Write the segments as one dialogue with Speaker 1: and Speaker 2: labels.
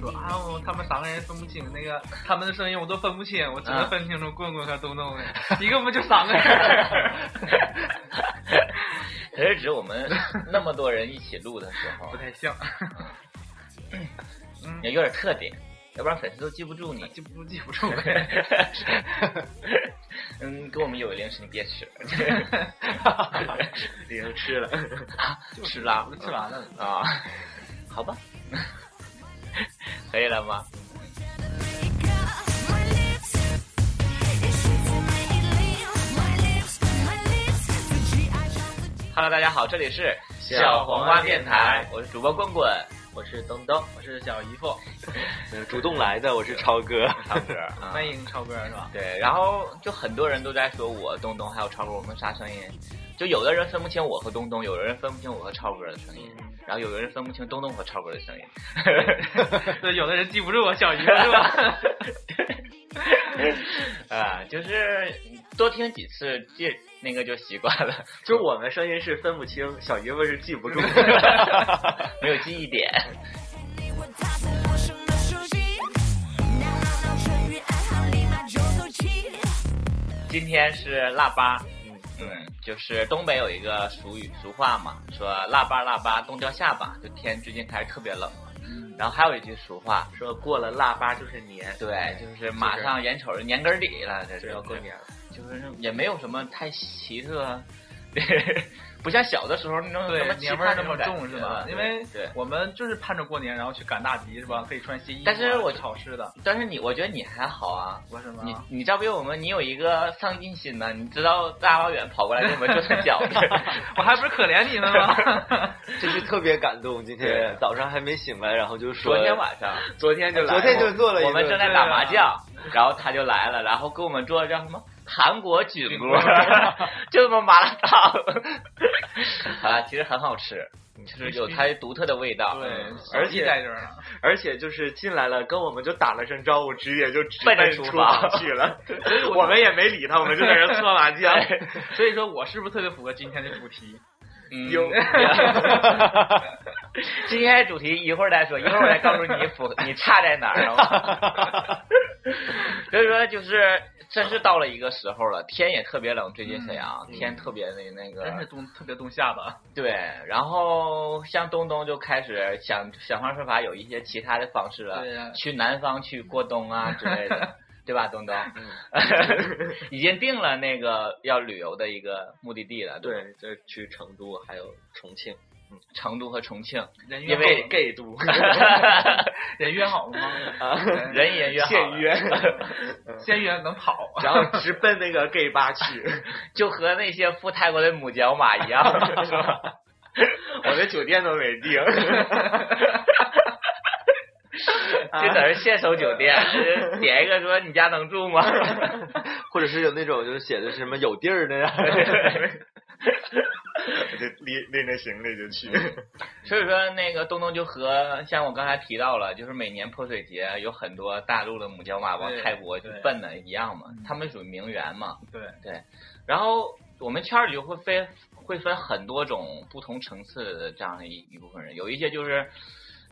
Speaker 1: 说啊，我他们三个人分不清那个他们的声音，我都分不清，我只
Speaker 2: 啊
Speaker 1: 能分清楚棍棍和东东的，一个不就三个人？
Speaker 2: 可是指我们那么多人一起录的时候
Speaker 1: 不，太像，嗯，
Speaker 2: 也有点特点，要不然粉丝都记不住你。
Speaker 1: 记不住记不住呗。
Speaker 2: 嗯，给我们有零食你别吃，
Speaker 3: 已经吃了。
Speaker 2: 吃啦
Speaker 1: 我，都吃完了。
Speaker 2: 啊，好吧，可以了吗？
Speaker 4: My lips, it shoots immediately. My lips, my lips, the GI Joe.
Speaker 2: Hello，大家好，这里是
Speaker 3: 小黄
Speaker 2: 瓜
Speaker 3: 瓜
Speaker 2: 电
Speaker 3: 电
Speaker 2: 台
Speaker 3: 台，
Speaker 2: 我是主播棍棍，我是东东，我是小姨 夫，
Speaker 3: 嗯主动来的，我是超哥。
Speaker 2: 唱 歌啊。
Speaker 1: 欢迎超哥是吧？
Speaker 2: 对，然后就很多人都在说我东东还有超哥，我们仨声音，就有的人分不清我和东东，有的人分不清我和超哥的声音，然后有的人分不清东东和超哥的声音。
Speaker 1: 对，有的人记不住我啊小姨是 吧？
Speaker 2: 啊，就是多听几次，这那 个就习惯了，
Speaker 3: 就是我们声音是分不清，小姨夫是记不住。
Speaker 2: 没有记忆点。
Speaker 4: 我踏破陌生的熟悉，闹闹闹，春雨爱好立马就走起。
Speaker 2: 今天是腊八，
Speaker 3: 嗯
Speaker 2: 嗯，就是东北有一个俗语俗话嘛，说腊八腊八冻掉下巴，就天最近开始特别冷了。然后还有一句俗话，
Speaker 3: 说过了腊八就是年，
Speaker 2: 对，就是马上眼瞅着年根儿底了，这
Speaker 3: 就要过，年了。
Speaker 2: 就是也没有什么太奇特，对，不像小的时候那种什
Speaker 1: 对
Speaker 2: 么，期
Speaker 1: 年味儿
Speaker 2: 盼
Speaker 1: 那么
Speaker 2: 种感
Speaker 1: 重
Speaker 2: 觉啊
Speaker 1: 是吧？
Speaker 2: 对
Speaker 1: 因为
Speaker 2: 对，
Speaker 1: 我们就是盼着过年，然后去赶大集是吧？可以穿新衣服啊。
Speaker 2: 但是我
Speaker 1: 去超市的，
Speaker 2: 但是你我觉得你还好啊。
Speaker 1: 我什么？
Speaker 2: 你你知道比我们，你有一个上进心呢，你知道大老远跑过来给我们做脚 的，
Speaker 1: 我还不是可怜你们吗？
Speaker 3: 就是特别感动。今天
Speaker 2: 对
Speaker 3: 早上还没醒来，然后就说
Speaker 2: 昨天晚 上
Speaker 3: 昨天就 来
Speaker 2: 昨
Speaker 3: 了，
Speaker 2: 天就
Speaker 3: 做
Speaker 2: 我们正在打麻
Speaker 1: 对
Speaker 2: 将，然后他就来了，然后给我们做叫什么韩国菌
Speaker 1: 菌
Speaker 2: 锅
Speaker 1: 锅，
Speaker 2: 就这么麻辣烫，啊，其实很 好吃，就是有它独特的味道。
Speaker 1: 对，
Speaker 3: 而
Speaker 1: 手机
Speaker 3: 且
Speaker 1: 在这儿呢。
Speaker 3: 而且就是进来了，跟我们就打了声招呼，直接就直
Speaker 2: 奔着
Speaker 3: 奔
Speaker 2: 厨
Speaker 3: 厨
Speaker 2: 房
Speaker 3: 房去 了。我们也没理他，我们就在这搓麻 将。
Speaker 1: 所以说我是不是特别符合今天的主题？
Speaker 2: 嗯，
Speaker 3: 有
Speaker 2: 今天主题一会儿再 说，一会儿我再告诉你符你差在哪儿 了。所以说，就是真是到了一个时候了，天也特别冷，最近沈阳、
Speaker 1: 嗯
Speaker 2: 天特别那那个，
Speaker 1: 真是冻特别冻下巴。
Speaker 2: 对，然后像东东就开始想想方设法有一些其他的方式了，
Speaker 1: 对呀
Speaker 2: 去南方去过冬啊之类 的，对吧，东东？
Speaker 1: 嗯
Speaker 2: 已经定了那个要旅游的一个目的地了，吧，
Speaker 3: 对，就去成都还有重庆，
Speaker 2: 成都和重庆，
Speaker 1: 人约
Speaker 2: 因
Speaker 1: 好
Speaker 2: 为
Speaker 1: 了
Speaker 3: gay 都
Speaker 1: 人约好了 吗？
Speaker 2: 啊
Speaker 1: 哎
Speaker 2: 人也约好了
Speaker 3: 现约，
Speaker 1: 先约能跑。
Speaker 3: 然后直奔那个 gay 吧去。
Speaker 2: 就和那些赴泰国的母角马一 样，是吧？
Speaker 3: 我的酒店都没 定，啊
Speaker 2: 这 可是现手酒店，这点一个说你家能住吗？
Speaker 3: 或者是有那种就是写的是什么有地儿的 呀，就拎拎着行李就去。
Speaker 2: 所以说，那个东东就和像我刚才提到了，就是每年泼水节有很多大陆的母角马往
Speaker 1: 对
Speaker 2: 泰国去
Speaker 1: 对
Speaker 2: 奔的一样嘛
Speaker 1: 嗯，
Speaker 2: 他们属于名媛嘛。
Speaker 1: 对，
Speaker 2: 然后我们圈儿里就会分会分很多种不同层次的这样的一一部分人，有一些就是，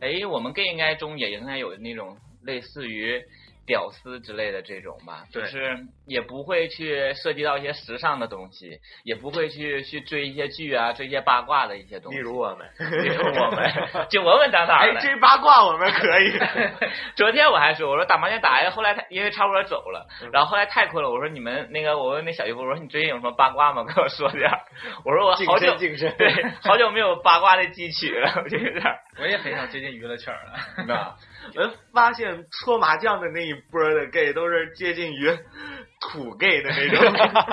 Speaker 2: 哎，我们更应该中也应该有那种类似于。屌丝之类的这种吧，就
Speaker 1: 对
Speaker 2: 是也不会去涉及到一些时尚的东西，也不会去去追一些剧啊，追一些八卦的一些东
Speaker 3: 例
Speaker 2: 西。
Speaker 3: 如我们，
Speaker 2: 比如我 们，就我们当哪儿
Speaker 3: 哎
Speaker 2: 了？，
Speaker 3: 这八卦我们可 以。
Speaker 2: 昨天我还说，我说打麻将打呀，后来他因为差不多走了，
Speaker 3: 嗯
Speaker 2: 然后后来太困了，我说你们那个，我问那小姨夫，我说你最近有什么八卦吗？跟我说点儿。我说我好久
Speaker 3: 谨慎
Speaker 2: 对好久没有八卦的汲取了，我就有点 儿。
Speaker 1: 我也很少接近娱乐圈啊 了。
Speaker 3: 我们发现搓麻将的那一波的 gay 都是接近于土 gay 的那 种，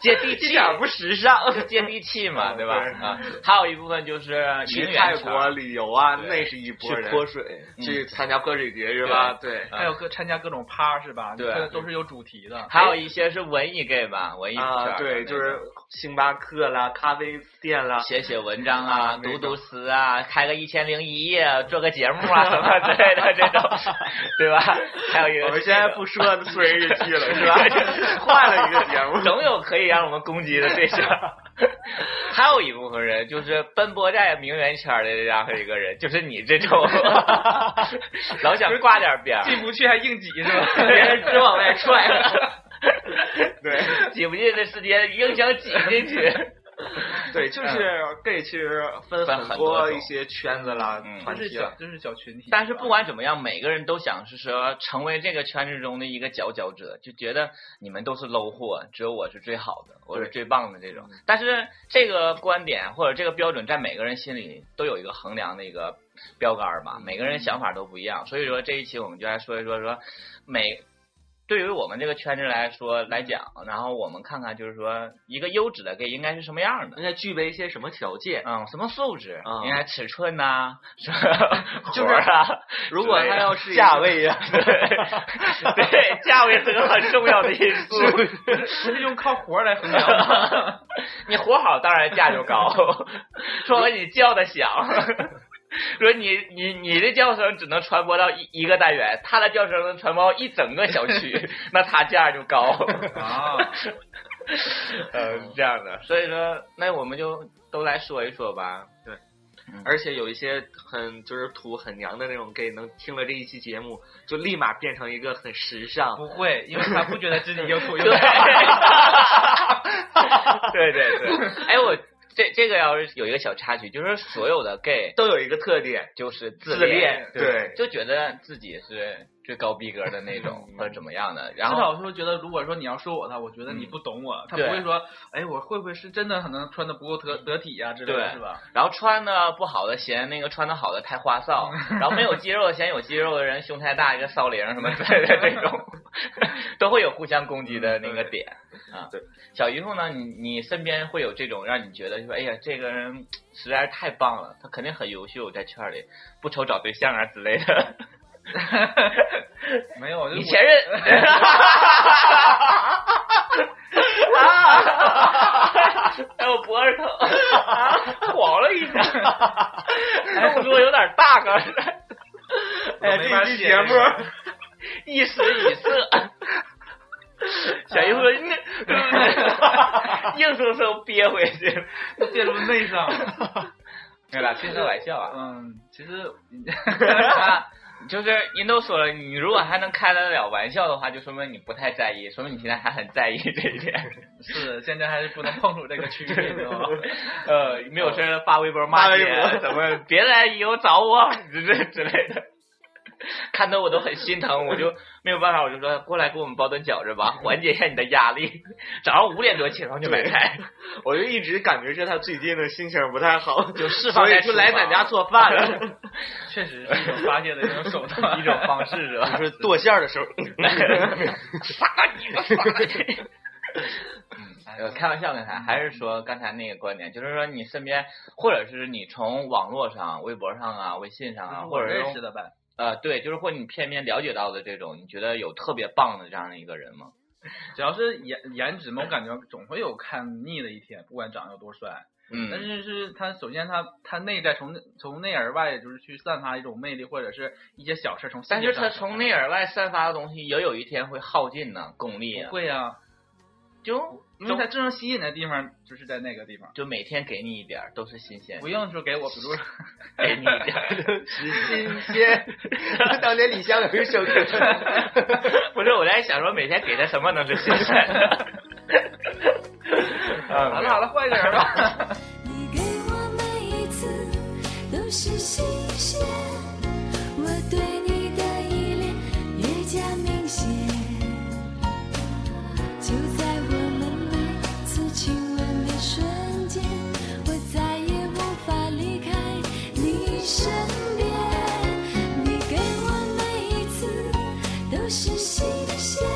Speaker 2: 接 地
Speaker 3: 一
Speaker 2: 气，
Speaker 3: 点儿不时 尚。
Speaker 2: 接地气嘛，
Speaker 3: 嗯
Speaker 2: 对吧？
Speaker 3: 对
Speaker 2: 啊，还有一部分就是
Speaker 3: 去
Speaker 2: 名
Speaker 3: 泰
Speaker 2: 媛圈
Speaker 3: 国
Speaker 2: 儿，
Speaker 3: 旅游啊，
Speaker 2: 对
Speaker 3: 那是一波人
Speaker 2: 去泼
Speaker 3: 水
Speaker 2: 嗯
Speaker 3: 去参加泼水节是吧？对，
Speaker 2: 啊
Speaker 1: 还有各参加各种趴是吧？
Speaker 2: 对
Speaker 1: 这都是有主题 的。
Speaker 2: 还有一些是文艺 gay 吧，文艺圈儿
Speaker 3: 哎
Speaker 2: 的
Speaker 3: 啊，对，
Speaker 2: 那
Speaker 3: 就是
Speaker 2: 种
Speaker 3: 星巴克啦、咖啡店 啦，
Speaker 2: 写写文章啊，
Speaker 3: 啊那
Speaker 2: 读
Speaker 3: 种
Speaker 2: 读诗啊，开个一千零一夜，做个节目啊什么之类的这 种，对吧？还有一个，
Speaker 3: 我们现在不说 私人日记了，是吧？换了一个节目，
Speaker 2: 总有可以让我们攻击的对象。还有一部分人就是奔波在名媛圈儿的这样一个人，就是你这种， 老想挂点边儿，
Speaker 1: 进不去还硬挤是吧？
Speaker 2: 别人只往 外踹，
Speaker 3: 对
Speaker 2: 挤不进这世界，硬想挤进去。
Speaker 3: 对， 就是 gay 其实分
Speaker 2: 嗯分
Speaker 3: 很
Speaker 2: 很多
Speaker 3: 一
Speaker 2: 种
Speaker 3: 些圈子啦、
Speaker 2: 嗯
Speaker 1: 这
Speaker 3: 团
Speaker 1: 是
Speaker 3: 体啊
Speaker 1: 小
Speaker 3: 啦。
Speaker 1: 这是小群体，
Speaker 2: 但是不管怎么样，每个人都想是说成为这个圈子中的一个佼佼者，就觉得你们都是 low 货，只有我是最好的，我是最棒的这
Speaker 3: 嗯
Speaker 2: 种。但是这个观点或者这个标准，在每个人心里都有一个衡量的一个标杆儿吧，每
Speaker 3: 嗯
Speaker 2: 个人想法都不一样。所以说这一期我们就来说一说说每。对于我们这个圈子来说
Speaker 3: 嗯
Speaker 2: 来讲，然后我们看看就是说一个优质的 gay 应该是什么样的，
Speaker 3: 应该具备一些什么条件？
Speaker 2: 嗯，什么素质，
Speaker 3: 嗯
Speaker 2: 你看尺寸呐、是
Speaker 3: 就
Speaker 2: 活
Speaker 3: 是
Speaker 2: 儿啊，
Speaker 3: 如果他要是一个
Speaker 2: 价位 呀、对对，价位是个很重要的因素。
Speaker 1: 是用靠活儿来衡量吗。
Speaker 2: 你活好，当然价就 高。说你叫的响，说你你你的叫声只能传播到一一个单元，他的叫声能传播一整个小区， 那他价就高。
Speaker 1: 啊，
Speaker 2: 呃，是这样的，所以说，那我们就都来说一说吧。
Speaker 3: 而且有一些很就是土很娘的那种 gay，能听了这一期节目就立马变成一个很时尚。
Speaker 1: 不会，因为他不觉得自己又 土又
Speaker 2: 对
Speaker 1: 大。
Speaker 2: 对对对，哎，我这这个要是有一个小插曲，就是所有的 gay
Speaker 3: 都有一个特点，
Speaker 2: 就是自
Speaker 3: 自
Speaker 2: 恋
Speaker 3: 恋，
Speaker 2: 对
Speaker 3: 对
Speaker 2: 就觉得自己是最高逼格的那种，或者怎么样的，然
Speaker 1: 至
Speaker 2: 后。嗯
Speaker 1: 少说觉得，如果说你要说我的话，我觉得你不懂我，他不
Speaker 2: 对
Speaker 1: 会说，哎，我会不会是真的可能穿的不够得得体啊呀、之类
Speaker 2: 对
Speaker 1: 的，是吧？
Speaker 2: 然后穿的不好的嫌那个穿的好的太花 哨，然后没有肌肉的嫌有肌肉的人胸太大，一个骚铃什么之类的这种， 都会有互相攻击的那个点啊。
Speaker 3: 嗯对，
Speaker 2: 小鱼兔呢，你你身边会有这种让你觉得说，哎呀，这个人实在是太棒了，他肯定很优秀，在圈里不愁找对象啊之类的。
Speaker 1: 没有，就
Speaker 2: 你
Speaker 1: 我
Speaker 2: 前任，哎我脖子疼，晃了一下，哎我说有点大个儿，
Speaker 1: 哎
Speaker 3: 这
Speaker 1: 没法
Speaker 3: 一期
Speaker 1: 写
Speaker 3: 节目
Speaker 1: 这个
Speaker 2: 一时语塞。小姨夫说：“ 那硬生生憋回去。
Speaker 1: 陷入内伤。”
Speaker 2: 对了，开个玩笑啊！
Speaker 1: 嗯，其实
Speaker 2: 啊， 就是人都说了，你如果还能开得了玩笑的话，就说明你不太在意，说明你现在还很在意这一点。
Speaker 1: 是现在还是不能碰触这个区域，你知 道吗？
Speaker 2: 呃，没有事儿发微博骂街
Speaker 3: 发微，博
Speaker 2: 怎么别来以后找我，之类之类的。看得我都很心疼，我就没有办法，我就说过来给我们包顿饺子吧，缓解一下你的压力。早上五点多起床就买菜，
Speaker 3: 我就一直感觉是他最近的心情不太好，
Speaker 2: 就释放
Speaker 3: 所
Speaker 2: 在
Speaker 3: 以就来咱家做 饭了，
Speaker 1: 确实是一种发泄的一种手 段，
Speaker 2: 一种方式是 吧？
Speaker 3: 就是剁馅儿的 时候。
Speaker 2: 杀你！我杀你！ 呃，开玩笑，刚才还是说刚才那个观点，就是说你身边，或者是你从网络上、微博上啊、微信上啊，
Speaker 1: 我
Speaker 2: 或者
Speaker 1: 认识
Speaker 2: 用
Speaker 1: 的呗。
Speaker 2: 呃，对，就是或者你片面了解到的这种，你觉得有特别棒的这样的一个人吗？
Speaker 1: 只要是颜颜值嘛，我感觉总会有看腻的一天，不管长得有多帅。但
Speaker 2: 嗯，
Speaker 1: 是是他首先他他内在从从内而外，就是去散发一种魅力，或者是一些小事从细节
Speaker 2: 但是
Speaker 1: 上
Speaker 2: 他从内而外散发的东西，也有一天会耗尽呢，功力
Speaker 1: 不
Speaker 2: 啊，
Speaker 1: 会啊，
Speaker 2: 就
Speaker 1: 因为
Speaker 2: 就
Speaker 1: 他真正吸引的地方就是在那个地方，
Speaker 2: 就每天给你一点儿，都是新鲜
Speaker 1: 不
Speaker 2: 的，
Speaker 1: 用说给我，比如 说
Speaker 2: 给你一点 儿。
Speaker 3: 新 鲜，当年李湘有一首歌，
Speaker 2: 不是，我在想说每天给他什么能是新鲜的。嗯
Speaker 1: 好了好了，换一个人吧。
Speaker 4: 你给我每一次都是新鲜，我对你的依恋越加明显。就在我们每次亲吻的瞬间，我再也无法离开你身边。你给我每一次都是新鲜，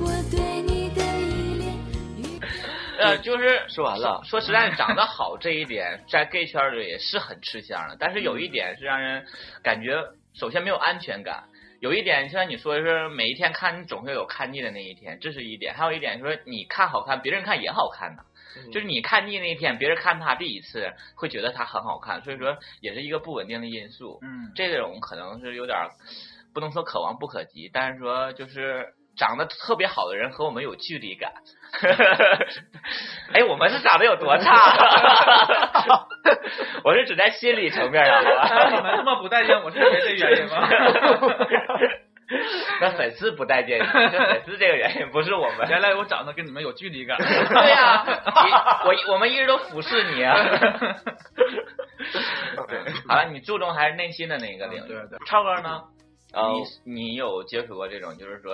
Speaker 4: 我对你的依恋越。
Speaker 2: 呃，就是
Speaker 3: 说完了
Speaker 2: 说实在，长得好这一点，在 gay 圈里是很吃香的，但是有一
Speaker 3: 嗯
Speaker 2: 点是让人感觉，首先没有安全感。有一点，就像你说的是，每一天看你总会有看腻的那一天，这是一点。还有一点就是，你看好看，别人看也好看呢。
Speaker 3: 嗯
Speaker 2: 就是你看腻那一天，别人看他第一次会觉得他很好看，所以说也是一个不稳定的因素。
Speaker 1: 嗯，
Speaker 2: 这种可能是有点儿不能说可望不可及，但是说就是长得特别好的人和我们有距离感。 哎，我们是长得有多差？ 我是指在心理层面上，好啊吧？
Speaker 1: 当然你们这么不待见我，是因为这原因吗？
Speaker 2: 那粉丝不待见你，是粉丝这个原因，不是我 们。
Speaker 1: 原来我长得跟你们有距离感。
Speaker 2: 对呀、啊，我我们一直都俯视你啊。好了，你注重还是内心的那个领域。
Speaker 1: 嗯对对
Speaker 2: 超哥呢？
Speaker 3: 呃
Speaker 1: 嗯
Speaker 2: 你你有接触过这种，就是说，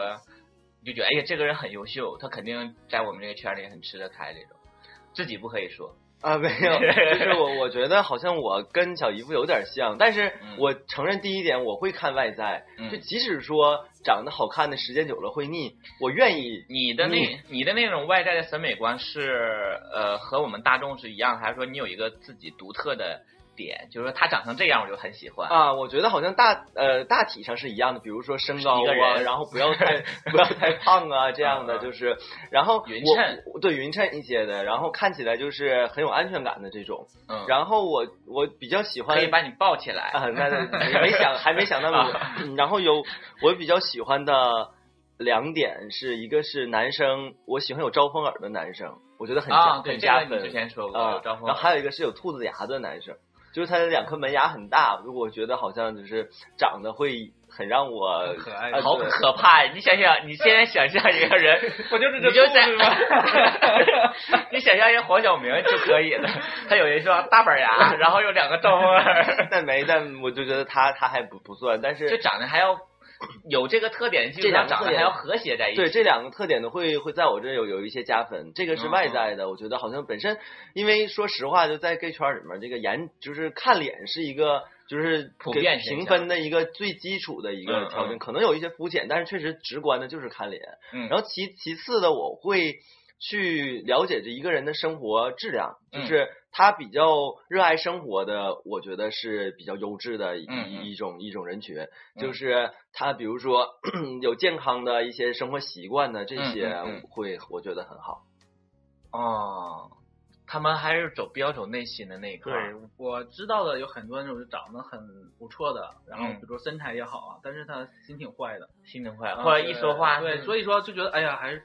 Speaker 2: 你就觉得哎呀，这个人很优秀，他肯定在我们这个圈里很吃得开这种，自己不可以说。
Speaker 3: 啊，没有，就是我我觉得好像我跟小姨夫有点像，但是
Speaker 2: 嗯
Speaker 3: 我承认第一点，我会看外在，
Speaker 2: 嗯
Speaker 3: 就即使说长得好看的时间久了会腻，我愿意
Speaker 2: 你的那
Speaker 3: 你
Speaker 2: 你的那种外在的审美观是呃和我们大众是一样的，还是说你有一个自己独特的点，就是说他长成这样我就很喜欢？
Speaker 3: 啊，我觉得好像大呃大体上是一样的，比如说身高
Speaker 2: 是一个
Speaker 3: 啊，
Speaker 2: 人
Speaker 3: 然后不 要太不要太胖啊这样的，
Speaker 2: 啊
Speaker 3: 就是然后
Speaker 2: 匀
Speaker 3: 我
Speaker 2: 称
Speaker 3: 我对匀称一些的，然后看起来就是很有安全感的这种，
Speaker 2: 嗯，
Speaker 3: 然后我我比较喜欢
Speaker 2: 可以把你抱起来。
Speaker 3: 啊，那那没想，还没想那么多。
Speaker 2: 啊
Speaker 3: 嗯然后有我比较喜欢的两点是，一个是男生，我喜欢有招风耳的男生，我觉得很加、
Speaker 2: 啊，对，
Speaker 3: 很
Speaker 2: 这个
Speaker 3: 加
Speaker 2: 你之
Speaker 3: 分
Speaker 2: 前说过，
Speaker 3: 啊
Speaker 2: 有。招风
Speaker 3: 然后还有一个是有兔子牙的男生，就是他的两颗门牙很大，如果我觉得好像就是长得会很让我
Speaker 1: 很可爱
Speaker 3: 啊
Speaker 2: 好
Speaker 3: 对
Speaker 2: 可怕呀！你想想，你现在想象一个人，
Speaker 1: 我就是
Speaker 2: 你
Speaker 1: 这
Speaker 2: 就
Speaker 1: 兔
Speaker 2: 在
Speaker 1: 子吗？
Speaker 2: 你想象一个黄晓明就可以了。他有一双大板牙，然后有两个招风耳，
Speaker 3: 但没，但我就觉得他他还不不算，但。
Speaker 2: 就是长得还要有这个特点，基
Speaker 3: 这
Speaker 2: 本
Speaker 3: 两
Speaker 2: 上
Speaker 3: 个
Speaker 2: 长
Speaker 3: 特
Speaker 2: 得
Speaker 3: 点
Speaker 2: 还要和谐在一起。
Speaker 3: 对这两个特点呢，会会在我这有有一些加分，这个是
Speaker 2: 嗯
Speaker 3: 外在的。我觉得好像本身，因为说实话，就在 gay 圈里面，这个颜就是看脸是一个就是
Speaker 2: 普
Speaker 3: 给
Speaker 2: 遍现
Speaker 3: 评
Speaker 2: 象
Speaker 3: 分的一个最基础的一个
Speaker 2: 嗯
Speaker 3: 条件，
Speaker 2: 嗯
Speaker 3: 可能有一些肤浅，但是确实直观的就是看脸。
Speaker 2: 嗯
Speaker 3: 然后其其次的，我会去了解这一个人的生活质量，就
Speaker 2: 嗯
Speaker 3: 是他比较热爱生活的，我觉得是比较优质的一
Speaker 2: 嗯嗯
Speaker 3: 一一种一种人群。
Speaker 2: 嗯
Speaker 3: 就是他比如说 有健康的一些生活习惯的这
Speaker 2: 嗯
Speaker 3: 些
Speaker 2: 嗯嗯
Speaker 3: 会，我觉得很好。
Speaker 2: 哦，他们还是走比较走内心的那一块儿。
Speaker 1: 对，我知道的有很多那种长得很不错的，然后
Speaker 2: 嗯
Speaker 1: 比如身材也好啊，但是他心挺坏的，
Speaker 2: 心疼
Speaker 3: 嗯
Speaker 2: 坏，或者啊一说话，
Speaker 1: 对，所
Speaker 2: 以
Speaker 1: 以说就觉得哎呀，还是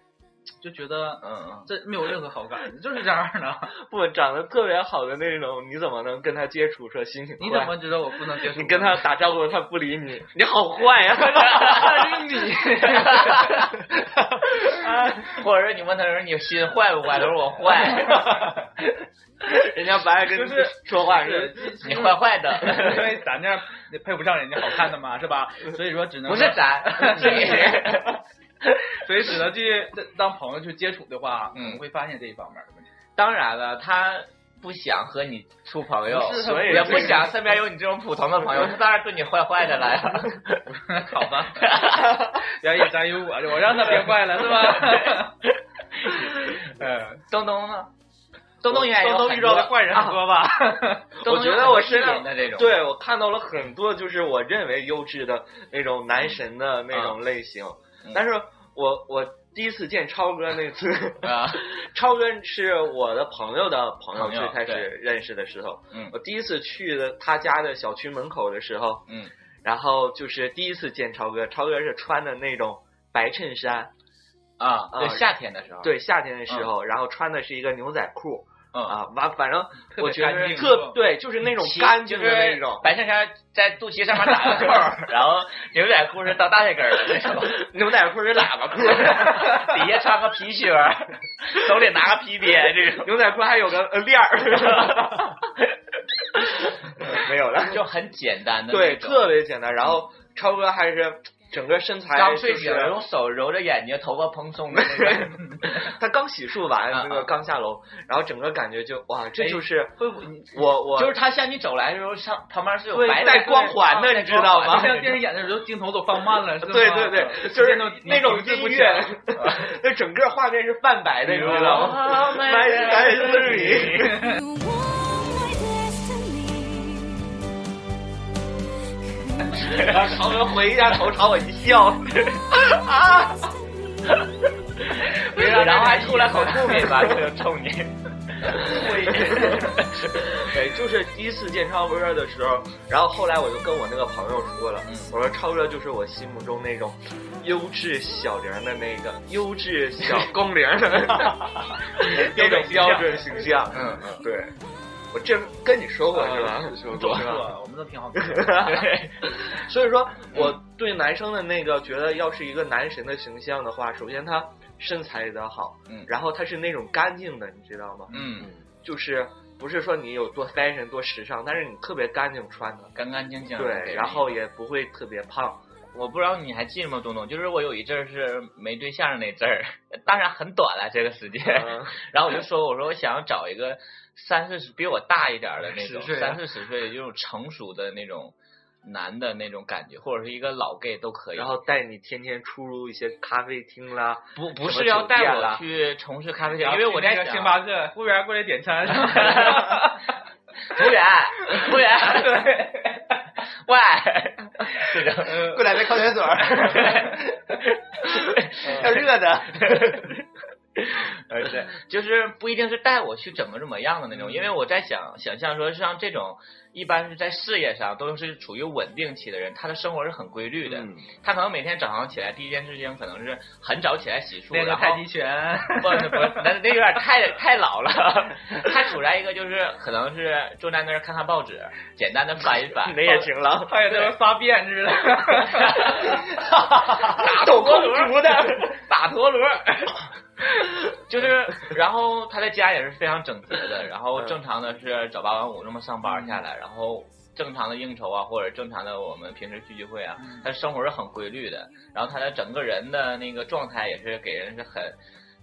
Speaker 1: 就觉得
Speaker 2: 嗯嗯，
Speaker 1: 这没有任何好感，就是这样的。
Speaker 3: 不，长得特别好的那种，你怎么能跟他接触说心情
Speaker 1: 你怎么知道我 不能接受？
Speaker 3: 你跟他打招呼，他不理你，你好坏 呀、
Speaker 1: 他是你，
Speaker 2: 嗯
Speaker 1: 啊
Speaker 2: 或者是你问他说你心坏不坏，他说我坏，
Speaker 3: 人家不爱跟
Speaker 1: 就
Speaker 3: 你
Speaker 1: 是
Speaker 3: 说话，
Speaker 1: 是
Speaker 3: 是嗯
Speaker 2: 你坏坏的，
Speaker 1: 因为咱这儿也配不上人家好看的嘛，是吧？所以说只能
Speaker 2: 不是咱，是 你。
Speaker 1: 所以只能去当朋友去接触的话，
Speaker 2: 嗯
Speaker 1: 我们会发现这一方面的问题。
Speaker 2: 当然了， 他不想和你处朋友
Speaker 1: 不是，他
Speaker 2: 所以
Speaker 1: 不
Speaker 2: 也
Speaker 1: 是
Speaker 2: 不想身边有你这种普通的 朋友，他当然对你坏坏的了呀。
Speaker 1: 好吧，原来也在于我，啊我让他变坏了是 吧？嗯，
Speaker 2: 东东呢？东东应该有
Speaker 3: 东东
Speaker 2: 很
Speaker 3: 遇到的
Speaker 2: 多
Speaker 3: 坏人很
Speaker 2: 啊
Speaker 1: 说 吧，
Speaker 2: 东
Speaker 3: 我
Speaker 2: 东
Speaker 3: 觉
Speaker 2: 有
Speaker 3: 得
Speaker 2: 很多
Speaker 3: 我
Speaker 2: 视
Speaker 3: 身
Speaker 2: 频
Speaker 3: 上
Speaker 2: 的这种，
Speaker 3: 对我看到了很多，就是我认为优质的那种男神的那种类型，
Speaker 2: 嗯
Speaker 3: 但是我我第一次见超哥那次，
Speaker 2: 啊，
Speaker 3: 超哥是我的朋友的朋友，
Speaker 2: 朋友
Speaker 3: 最开始
Speaker 2: 对
Speaker 3: 认识的时候，
Speaker 2: 嗯
Speaker 3: 我第一次去的他家的小区门口的时候，
Speaker 2: 嗯，
Speaker 3: 然后就是第一次见超哥，超哥是穿的那种白衬衫，
Speaker 2: 啊，对，
Speaker 3: 啊
Speaker 2: 夏天的时候，，
Speaker 3: 对，夏天的时候，然后穿的是一个牛仔裤
Speaker 2: 嗯，
Speaker 3: 啊，完反正
Speaker 1: 特别
Speaker 3: 我觉
Speaker 1: 干
Speaker 3: 得
Speaker 1: 净是
Speaker 3: 特
Speaker 1: 吧
Speaker 3: 对，就是那种
Speaker 2: 旗
Speaker 3: 干净
Speaker 2: 就
Speaker 3: 的那
Speaker 2: 是
Speaker 3: 种。
Speaker 2: 白衬衫在肚脐上面打个扣儿， 然后牛仔裤是到大腿根儿的那种，
Speaker 3: 牛仔裤是喇叭裤，
Speaker 2: 底下穿个皮靴儿，手里拿个皮鞭，这种
Speaker 3: 牛仔裤还有个呃链儿， 没有 了，
Speaker 2: 就很简单的
Speaker 3: 对，
Speaker 2: 那种
Speaker 3: 特别简单。然后超哥还是整个身材
Speaker 2: 刚
Speaker 3: 就
Speaker 2: 睡醒，
Speaker 3: 是
Speaker 2: 用手揉着眼睛，头发蓬松的那种。
Speaker 3: 他刚洗漱完，
Speaker 2: 啊
Speaker 3: 那个
Speaker 2: 啊
Speaker 3: 刚下楼，然后整个感觉就哇，这
Speaker 2: 哎
Speaker 3: 就是
Speaker 1: 会 不会
Speaker 3: 我我
Speaker 2: 就是他向你走来的时候，上旁边是有
Speaker 3: 对
Speaker 2: 白
Speaker 3: 带光环的
Speaker 2: 带
Speaker 3: 你知道
Speaker 2: 光
Speaker 1: 啊就
Speaker 2: 环
Speaker 1: 像电视演的时候镜头都放慢了，是吗
Speaker 3: 对对对，就是那种音乐， 那整个画面是泛白
Speaker 1: 哎
Speaker 3: 的，你知道吗？
Speaker 2: Oh my
Speaker 3: My
Speaker 2: God
Speaker 3: destiny
Speaker 4: You are my destiny.
Speaker 3: 然后超哥回一下头朝我一 笑，
Speaker 4: destiny.
Speaker 2: 然后还出来口吐没吧，就冲你。
Speaker 3: 对，就是第一次见超哥的时候，然后后来我就跟我那个朋友说了，
Speaker 2: 嗯
Speaker 3: 我说超哥就是我心目中那种优质小玲的那个优质小公玲的 那种标准形象。
Speaker 2: 嗯嗯，
Speaker 3: 对，我这啊跟你说过是吧？说
Speaker 2: 过
Speaker 3: 是 吧？
Speaker 1: 我们都挺好看的。
Speaker 3: 所以说，我对男生的那个觉得，要是一个男神的形象的话，首先他身材得好，
Speaker 2: 嗯
Speaker 3: 然后他是那种干净的，你知道吗？
Speaker 2: 嗯，
Speaker 3: 就是不是说你有多 fashion 多时尚，但是你特别干净穿的，
Speaker 2: 干干净净的。给
Speaker 3: 对，
Speaker 2: 人
Speaker 3: 然后也不会特别 胖，
Speaker 2: 我不知道你还记得吗，东东？就是我有一阵儿是没对象的那阵儿， 当然很短了这个时 间。
Speaker 3: 嗯
Speaker 2: 然后我就说，我说我想找一个三四十比我大一点儿的那
Speaker 1: 十
Speaker 2: 种，
Speaker 1: 岁啊
Speaker 2: 三四十岁的这种成熟的那种男的那种感觉，或者是一个老 gay 都可以。
Speaker 3: 然后带你天天出入一些咖啡厅啦，
Speaker 2: 不不
Speaker 3: 什么
Speaker 2: 是要
Speaker 3: 酒
Speaker 2: 带
Speaker 3: 店
Speaker 2: 我
Speaker 3: 啦
Speaker 2: 去从事咖啡店，
Speaker 1: 然
Speaker 2: 因
Speaker 1: 后
Speaker 2: 为我在
Speaker 1: 去那个
Speaker 2: 想
Speaker 1: 星巴克， 服务员过来点餐，
Speaker 2: 服务员，服务员， 喂，这种。
Speaker 1: 呃
Speaker 3: 过来杯矿泉水， 要热 的。呃
Speaker 2: 而且就是不一定是带我去怎么怎么样的那
Speaker 3: 嗯
Speaker 2: 种，因为我在想想象说，像这种一般是在事业上都是处于稳定期的人，他的生活是很规律的。
Speaker 3: 嗯
Speaker 2: 他可能每天早上起来第一件事情可能是很早起来洗漱，
Speaker 1: 练个
Speaker 2: 然后
Speaker 1: 太极 拳，
Speaker 2: 不是不是，那那有点太太老了。他处在一个就是可能是坐在那儿看看报纸，简单的翻一 翻，
Speaker 3: 你也挺狼，
Speaker 1: 还有那种撒辫子的，
Speaker 2: 打
Speaker 3: 抖
Speaker 2: 陀
Speaker 3: 空
Speaker 2: 螺
Speaker 3: 竹的，
Speaker 2: 打陀 螺。就是，然后他在家也是非常整洁的，然
Speaker 3: 嗯
Speaker 2: 后正常的是早八晚五这么上班下来，然后正常的应酬啊，或者正常的我们平时聚聚会啊，
Speaker 3: 嗯
Speaker 2: 他的生活是很规律的，然后他的整个人的那个状态也是给人是很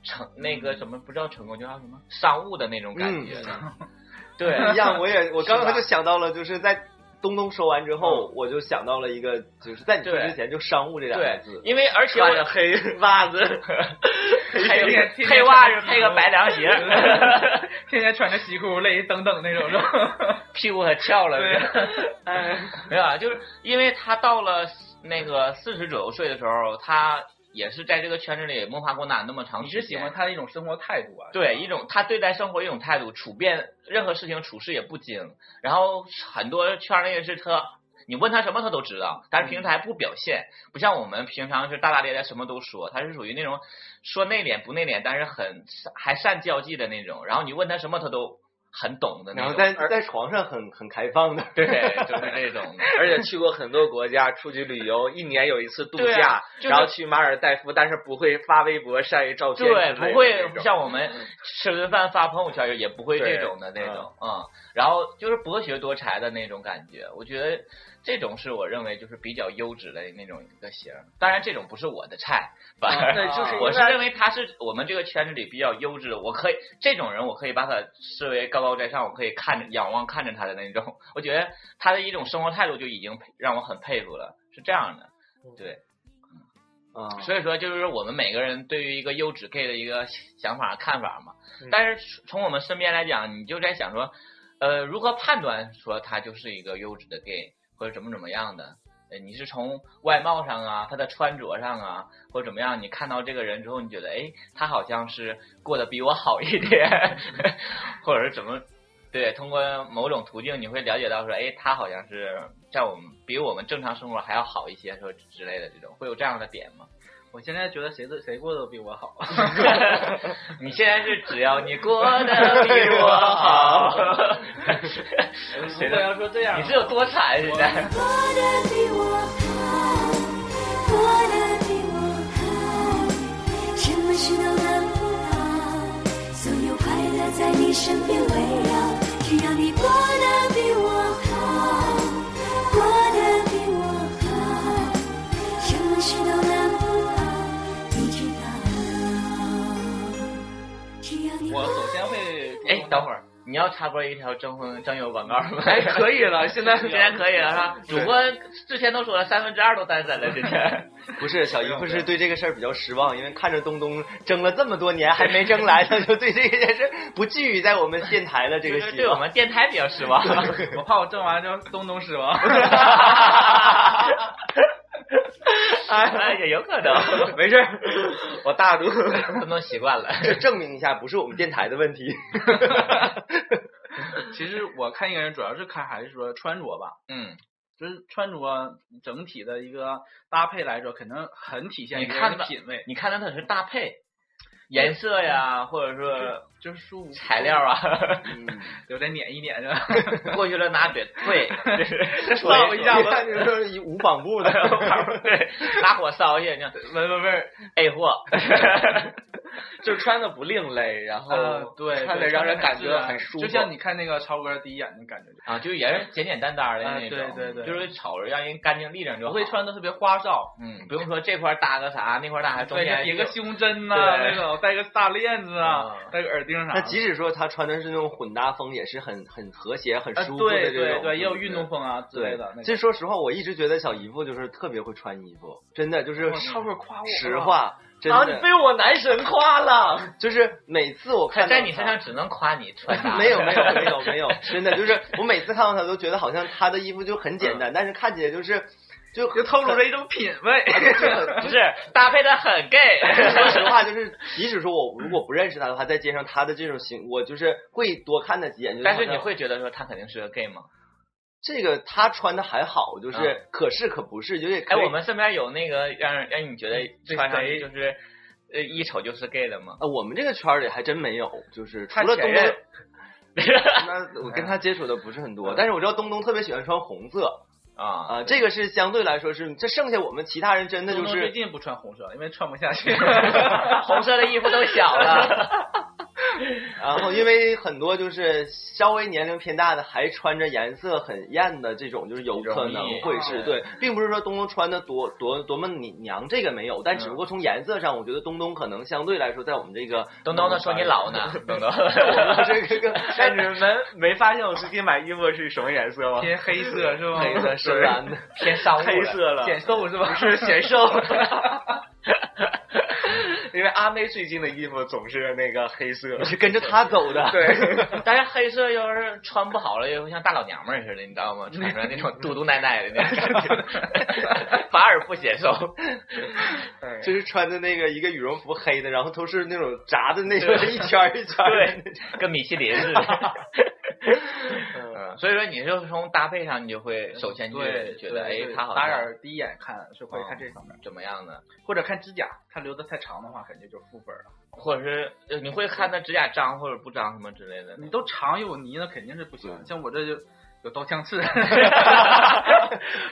Speaker 2: 成那
Speaker 3: 嗯
Speaker 2: 个什么不知道成功叫什么商务的那种感觉的， 对，
Speaker 3: 一样，我也我刚
Speaker 2: 是
Speaker 3: 刚
Speaker 2: 吧
Speaker 3: 就想到了，就是在东东说完之
Speaker 5: 嗯
Speaker 3: 后，我就想到了一个，就是在你说
Speaker 2: 对
Speaker 3: 之前就商务这两个
Speaker 2: 对
Speaker 3: 字，，
Speaker 2: 因为而且
Speaker 3: 穿着
Speaker 2: 我
Speaker 3: 黑袜 子，
Speaker 1: 天
Speaker 2: 配
Speaker 1: 天
Speaker 2: 配袜子配个白凉 鞋，
Speaker 1: 天天穿着西裤，累得噔噔那种，是 吧？
Speaker 2: 屁股可翘了。
Speaker 1: 对哎
Speaker 2: 是 吧没有啊，就是因为他到了那个四十左右岁的时候，他也是在这个圈子里摸爬滚打那么长
Speaker 1: 你
Speaker 2: 时
Speaker 1: 是喜
Speaker 2: 间。
Speaker 1: 欢他的一种生活态度啊？
Speaker 2: 对一种他对待生活一种态度，处变任何事情处事也不精，然后很多圈内人士他。你问他什么他都知道，但是平时他还不表现，不像我们平常是大大咧咧什么都说，他是属于那种说内敛不内敛，但是很还善交际的那种。然后你问他什么他都很懂的那
Speaker 3: 然
Speaker 2: 种，
Speaker 3: 后在在床上很很开 放的，
Speaker 2: 对，就是 这种的。
Speaker 5: 而且去过很多国家， 出去旅游，一年有一次度
Speaker 2: 对
Speaker 5: 假，
Speaker 2: 啊就是
Speaker 5: 然后去马尔代夫，但是不会发微博晒照片之类
Speaker 2: 对，
Speaker 5: 的那种，嗯
Speaker 2: 不会像我们吃顿饭发朋友圈，也不会这种的那种，嗯，然后就是博学多才的那种感觉，我觉得这种是我认为就是比较优质的那种一个型儿。当然，这种不是我的菜，反而、
Speaker 5: 啊对 就是因为
Speaker 2: 我是认为他是我们这个圈子里比较优质的，我可以这种人，我可以把他视为高高在上，我可以看着仰望看着他的那种， 我觉得他的一种生活态度就已经让我很佩服了，是这样的，
Speaker 5: 嗯
Speaker 2: 对。
Speaker 3: 啊，
Speaker 2: 所以说，就是我们每个人对于一个优质 gay 的一个想法、看法嘛
Speaker 3: 嗯。
Speaker 2: 但是从我们身边来讲，你就在想说，呃，如何判断说他就是一个优质的 gay，或者怎么怎么样的？呃，你是从外貌上啊，他的穿着上啊，或者怎么样，你看到这个人之后，你觉得，哎，他好像是过得比我好一点， 或者是怎么？对，通过某种途径，你会了解到说，哎，他好像是在我们比我们正常生活还要好一些，说之类的这种，会有这样的点吗？
Speaker 1: 我现在觉得谁都谁过得都比我好，
Speaker 2: 你现在是只要你过得比我好，
Speaker 1: 谁都要说这样
Speaker 2: 你，是有多惨啊现在？
Speaker 4: 过得比我好，过得比我好，什么事都难不倒，所有快乐在你身边围绕。只要你过得比我好，过得比我好，什么事都难不倒，你知道。只要你过
Speaker 1: 我
Speaker 4: 得
Speaker 1: 首先会
Speaker 2: 哎，等会儿你要插播一条征婚征友广告吗？
Speaker 5: 哎，可以了，现在
Speaker 2: 现在可以了哈。主播之前都说了，三分之二都单身了，今 天。
Speaker 3: 不是小姨
Speaker 1: 不用
Speaker 3: 夫
Speaker 1: 不
Speaker 3: 是
Speaker 1: 用
Speaker 3: 对这个事儿比较失望，因为看着东东争了这么多年还没争 来，他就对这件事儿不寄予在我们电台的这个
Speaker 2: 就是
Speaker 3: 希
Speaker 2: 对我
Speaker 3: 望。
Speaker 2: 们电台比较失望。
Speaker 1: 我怕我挣完之后东东失望。
Speaker 2: 哎，也有可能。
Speaker 3: 没事儿，
Speaker 5: 我 大 陆
Speaker 2: 他们都习惯了。
Speaker 3: 这证明一下，不是我们电台的问题。
Speaker 1: 其实我看一个人主要是看还是说穿着吧，
Speaker 2: 嗯，
Speaker 1: 就是穿着整体的一个搭配来说，肯定很体现一
Speaker 2: 你
Speaker 1: 个
Speaker 2: 看
Speaker 1: 人的
Speaker 2: 吧
Speaker 1: 品味，
Speaker 2: 你看它可是搭配，颜色呀，或者说
Speaker 1: 就是舒服
Speaker 2: 材料啊，
Speaker 3: 嗯
Speaker 1: 有点碾一碾是吧？
Speaker 2: 过去了拿嘴对， 就是
Speaker 1: 扫一下
Speaker 3: 一 看就是一无纺布的，
Speaker 2: 对，拿火烧一下，你哎看
Speaker 1: 闻闻味儿，
Speaker 2: A 货，
Speaker 5: 就穿的不另类，然后、
Speaker 3: 呃
Speaker 1: 嗯， 对，
Speaker 5: 穿
Speaker 1: 对
Speaker 5: 的让人感
Speaker 1: 自
Speaker 5: 觉
Speaker 1: 然
Speaker 5: 很舒服。
Speaker 1: 啊就像你看那个超哥第一眼就感觉就，
Speaker 2: 啊，就也是简简单单的
Speaker 1: 啊
Speaker 2: 那种，
Speaker 1: 对对对
Speaker 2: 就是瞅着让人干净利整就好
Speaker 1: 不会，穿的特别花哨，
Speaker 2: 嗯，不用说这块儿搭个啥，那块儿搭啥，中
Speaker 1: 对，
Speaker 2: 间
Speaker 1: 别个胸针呐、
Speaker 2: 对
Speaker 1: 那种，戴个大链子啊
Speaker 2: 啊，
Speaker 1: 戴个耳钉啥
Speaker 3: 那
Speaker 1: 的。
Speaker 3: 即使说他穿的是那种混搭风，也是很很和谐、很
Speaker 1: 啊，
Speaker 3: 舒服的
Speaker 1: 对
Speaker 3: 这
Speaker 1: 对
Speaker 3: 种。
Speaker 1: 对，也有
Speaker 3: 不
Speaker 1: 运动。风啊之类
Speaker 3: 对
Speaker 1: 的。那，
Speaker 3: 其实说实话，我一直觉得小姨夫就是特别会穿衣服，真的就是
Speaker 1: 个超哥夸我，
Speaker 3: 实，话，真
Speaker 5: 啊，你
Speaker 3: 的
Speaker 5: 被我男神夸了，
Speaker 3: 就是每次我
Speaker 1: 哎
Speaker 2: 他
Speaker 3: 看到
Speaker 2: 在你身上只能夸你 穿搭，
Speaker 3: 他。没有没有没有没有，真的就是我每次看到他都觉得好像他的衣服就很简单，但是看起来就是就
Speaker 1: 就透露着一种品味。
Speaker 2: 不是搭配的很 gay，
Speaker 3: 说实话，就是即使说我如果不认识他的话，在街上他的这种行，我就是会多看他几眼。就
Speaker 2: 但是
Speaker 3: 好
Speaker 2: 你
Speaker 3: 像
Speaker 2: 会觉得说他肯定是个 gay 吗？
Speaker 3: 这个他穿的还好，就是可是可不是，就是
Speaker 2: 哎，
Speaker 3: 可以
Speaker 2: 我们身边有那个让人让你觉得穿上去就是呃一瞅就是 gay 的吗？
Speaker 3: 呃我们这个圈儿里还真没有，就是除
Speaker 5: 他
Speaker 3: 了
Speaker 5: 前
Speaker 3: 东
Speaker 5: 任
Speaker 3: 东，那我跟他接触的不是很多，但是我知道东东特别喜欢穿红色
Speaker 2: 啊，
Speaker 3: 啊，这个是相对来说是这剩下我们其他人真的
Speaker 1: 东
Speaker 3: 就
Speaker 1: 东最
Speaker 3: 是
Speaker 1: 近不穿红色，因为穿不下去。
Speaker 2: 红色的衣服都小 了，
Speaker 3: 然后因为很多就是稍微年龄偏大的还穿着颜色很艳的这种，就是有可能会
Speaker 5: 啊
Speaker 3: 是对，并不是说东东穿的多多多么你娘这个没有，但只不
Speaker 5: 嗯
Speaker 3: 过从颜色上，我觉得东东可能相对来说在我们这个
Speaker 2: 东东的说你 老呢，东东，
Speaker 3: 我们 这个个
Speaker 5: 哎，你们没发现我最近买衣服是什么颜色 吗？
Speaker 1: 偏黑色是吧？
Speaker 3: 黑色深蓝的，
Speaker 2: 偏商务
Speaker 5: 黑
Speaker 2: 了。
Speaker 5: 色了，
Speaker 1: 显瘦是 吧？
Speaker 5: 是显瘦。 因为阿妹最近的衣服总是那个黑色，
Speaker 3: 是跟着他走的。
Speaker 5: 对，
Speaker 2: 但是黑色要是穿不好了，又像大老娘们儿似的，你知 道吗？穿出来那种嘟嘟奶奶的那种感觉，反而不显瘦。
Speaker 3: 就是穿的那个一个羽绒服黑的，然后都是那种炸的那种一圈儿一圈儿的
Speaker 2: 对，跟米其林 似的。嗯，所以说你就从搭配上，你就会首先就
Speaker 1: 对，
Speaker 2: 觉得，哎
Speaker 1: 对，
Speaker 2: 他好
Speaker 1: 打眼
Speaker 2: 像
Speaker 1: 儿第一眼看是会看这方面，
Speaker 2: 怎么样呢？
Speaker 1: 或者看指甲，他留的太长的话，肯定就负分了。
Speaker 2: 或者是呃你会看他指甲脏或者不脏什么之类的呢。
Speaker 1: 你都长有泥，那肯定是不行。像我这就有刀枪刺，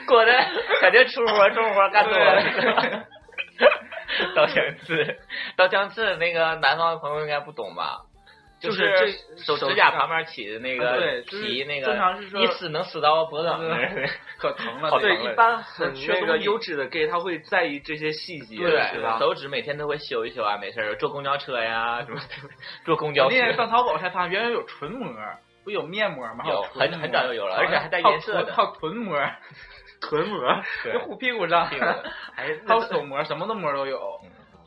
Speaker 2: 过得感觉粗活重活干多了。 刀枪刺，刀枪刺，那个南方的朋友应该不懂吧？就
Speaker 1: 就是
Speaker 2: 是
Speaker 1: 这
Speaker 2: 手
Speaker 1: 手
Speaker 2: 指
Speaker 1: 指
Speaker 2: 甲
Speaker 1: 甲
Speaker 2: 旁边起的那
Speaker 1: 啊
Speaker 2: 个
Speaker 1: 对就是
Speaker 2: 皮，那个
Speaker 1: 正常是说
Speaker 2: 一撕能撕到脖子上那儿。
Speaker 1: 可疼了。
Speaker 2: 好
Speaker 1: 对
Speaker 2: 疼
Speaker 5: 对，
Speaker 2: 了
Speaker 5: 一 般
Speaker 1: 很
Speaker 5: 很
Speaker 1: 缺
Speaker 5: 那个
Speaker 1: 东西
Speaker 5: 优质的 gay 他会在意这些细节，是吧？
Speaker 2: 手指每天都会修一修啊，没事儿坐公交车呀，什么坐公交
Speaker 1: 我
Speaker 2: 车
Speaker 1: 那，天上淘宝才发现，原来有唇膜，不有面膜吗？还
Speaker 2: 有
Speaker 1: 唇
Speaker 2: 很
Speaker 1: 膜
Speaker 2: 很早就有了
Speaker 1: 好像
Speaker 2: 而且还带颜色的
Speaker 1: 还有臀膜，
Speaker 5: 臀 膜，
Speaker 1: 就护屁股上，
Speaker 2: 屁股嗯的
Speaker 5: 哎，
Speaker 1: 还
Speaker 5: 那
Speaker 1: 有手膜，什么的膜都有。
Speaker 3: 哦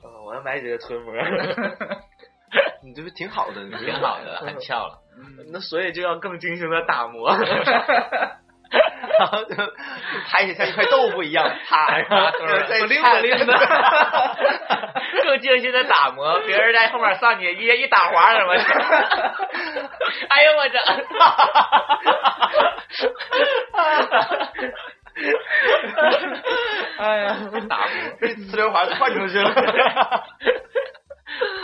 Speaker 5: 呃我要买几个臀 膜。
Speaker 3: 你这不挺好的？你
Speaker 2: 挺 好的，很翘了。
Speaker 1: 嗯，
Speaker 5: 那所以就要更精心的打 磨，
Speaker 3: 然后就 拍起来像一块豆腐一样，啪， 然后啊就是在
Speaker 1: 不灵不灵的，
Speaker 2: 更精心的打磨， 别人在后面上去一一打滑什么的，哎呦我 这，
Speaker 1: 哎呀，
Speaker 2: 打磨
Speaker 3: 被呲溜滑窜出去了。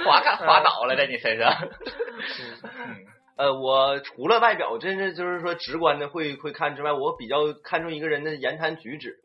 Speaker 2: 滑看滑倒了在你身上，
Speaker 3: 呃，我除了外表，真是就是说直观的会会看之外，我比较看重一个人的言谈举止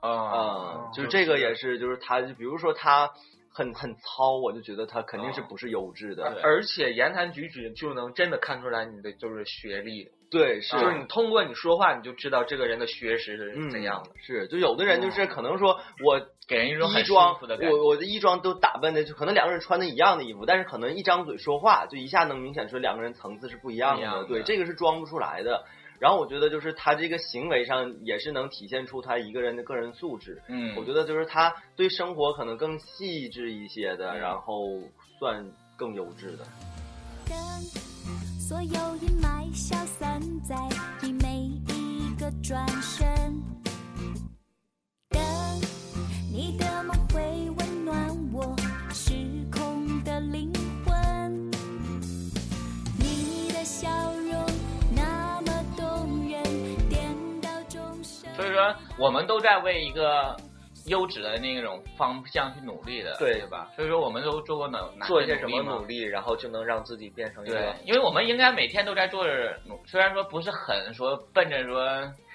Speaker 3: 啊、
Speaker 2: 啊，
Speaker 3: 就是这个也是，就是他，就比如说他很很糙，我就觉得他肯定是不是优质的。
Speaker 2: 对
Speaker 5: 而且言谈举止就能真的看出来你的就是学历，
Speaker 3: 对，是。
Speaker 5: 就是你通过你说话你就知道这个人的学识是
Speaker 3: 嗯，
Speaker 5: 怎样的。嗯
Speaker 3: 是，就有的人就是可能说，我
Speaker 2: 给人一种
Speaker 3: 衣
Speaker 2: 很舒
Speaker 3: 装
Speaker 2: 服，的感觉。
Speaker 3: 我我的衣装都打扮的，就可能两个人穿的一样的衣服，但是可能一张嘴说话，就一下能明显说两个人层次是不一样
Speaker 2: 不一
Speaker 3: 的。
Speaker 2: 样的
Speaker 3: 对，这个是装不出来的。然后我觉得就是他这个行为上也是能体现出他一个人的个人素质。
Speaker 2: 嗯，
Speaker 3: 我觉得就是他对生活可能更细致一些的，
Speaker 2: 嗯
Speaker 3: 然后算更优质的。
Speaker 4: 跟所有阴霾消散在你每一个转身，等你的梦会温暖我，是
Speaker 2: 我们都在为一个优质的那种方向去努力的，
Speaker 3: 对
Speaker 2: 对吧？所以说我们都做过哪哪
Speaker 3: 做一些什么
Speaker 2: 努力吗
Speaker 3: 努力，然后就能让自己变成一
Speaker 2: 对
Speaker 3: 个，
Speaker 2: 因为我们应该每天都在做着努，虽然说不是很说奔着说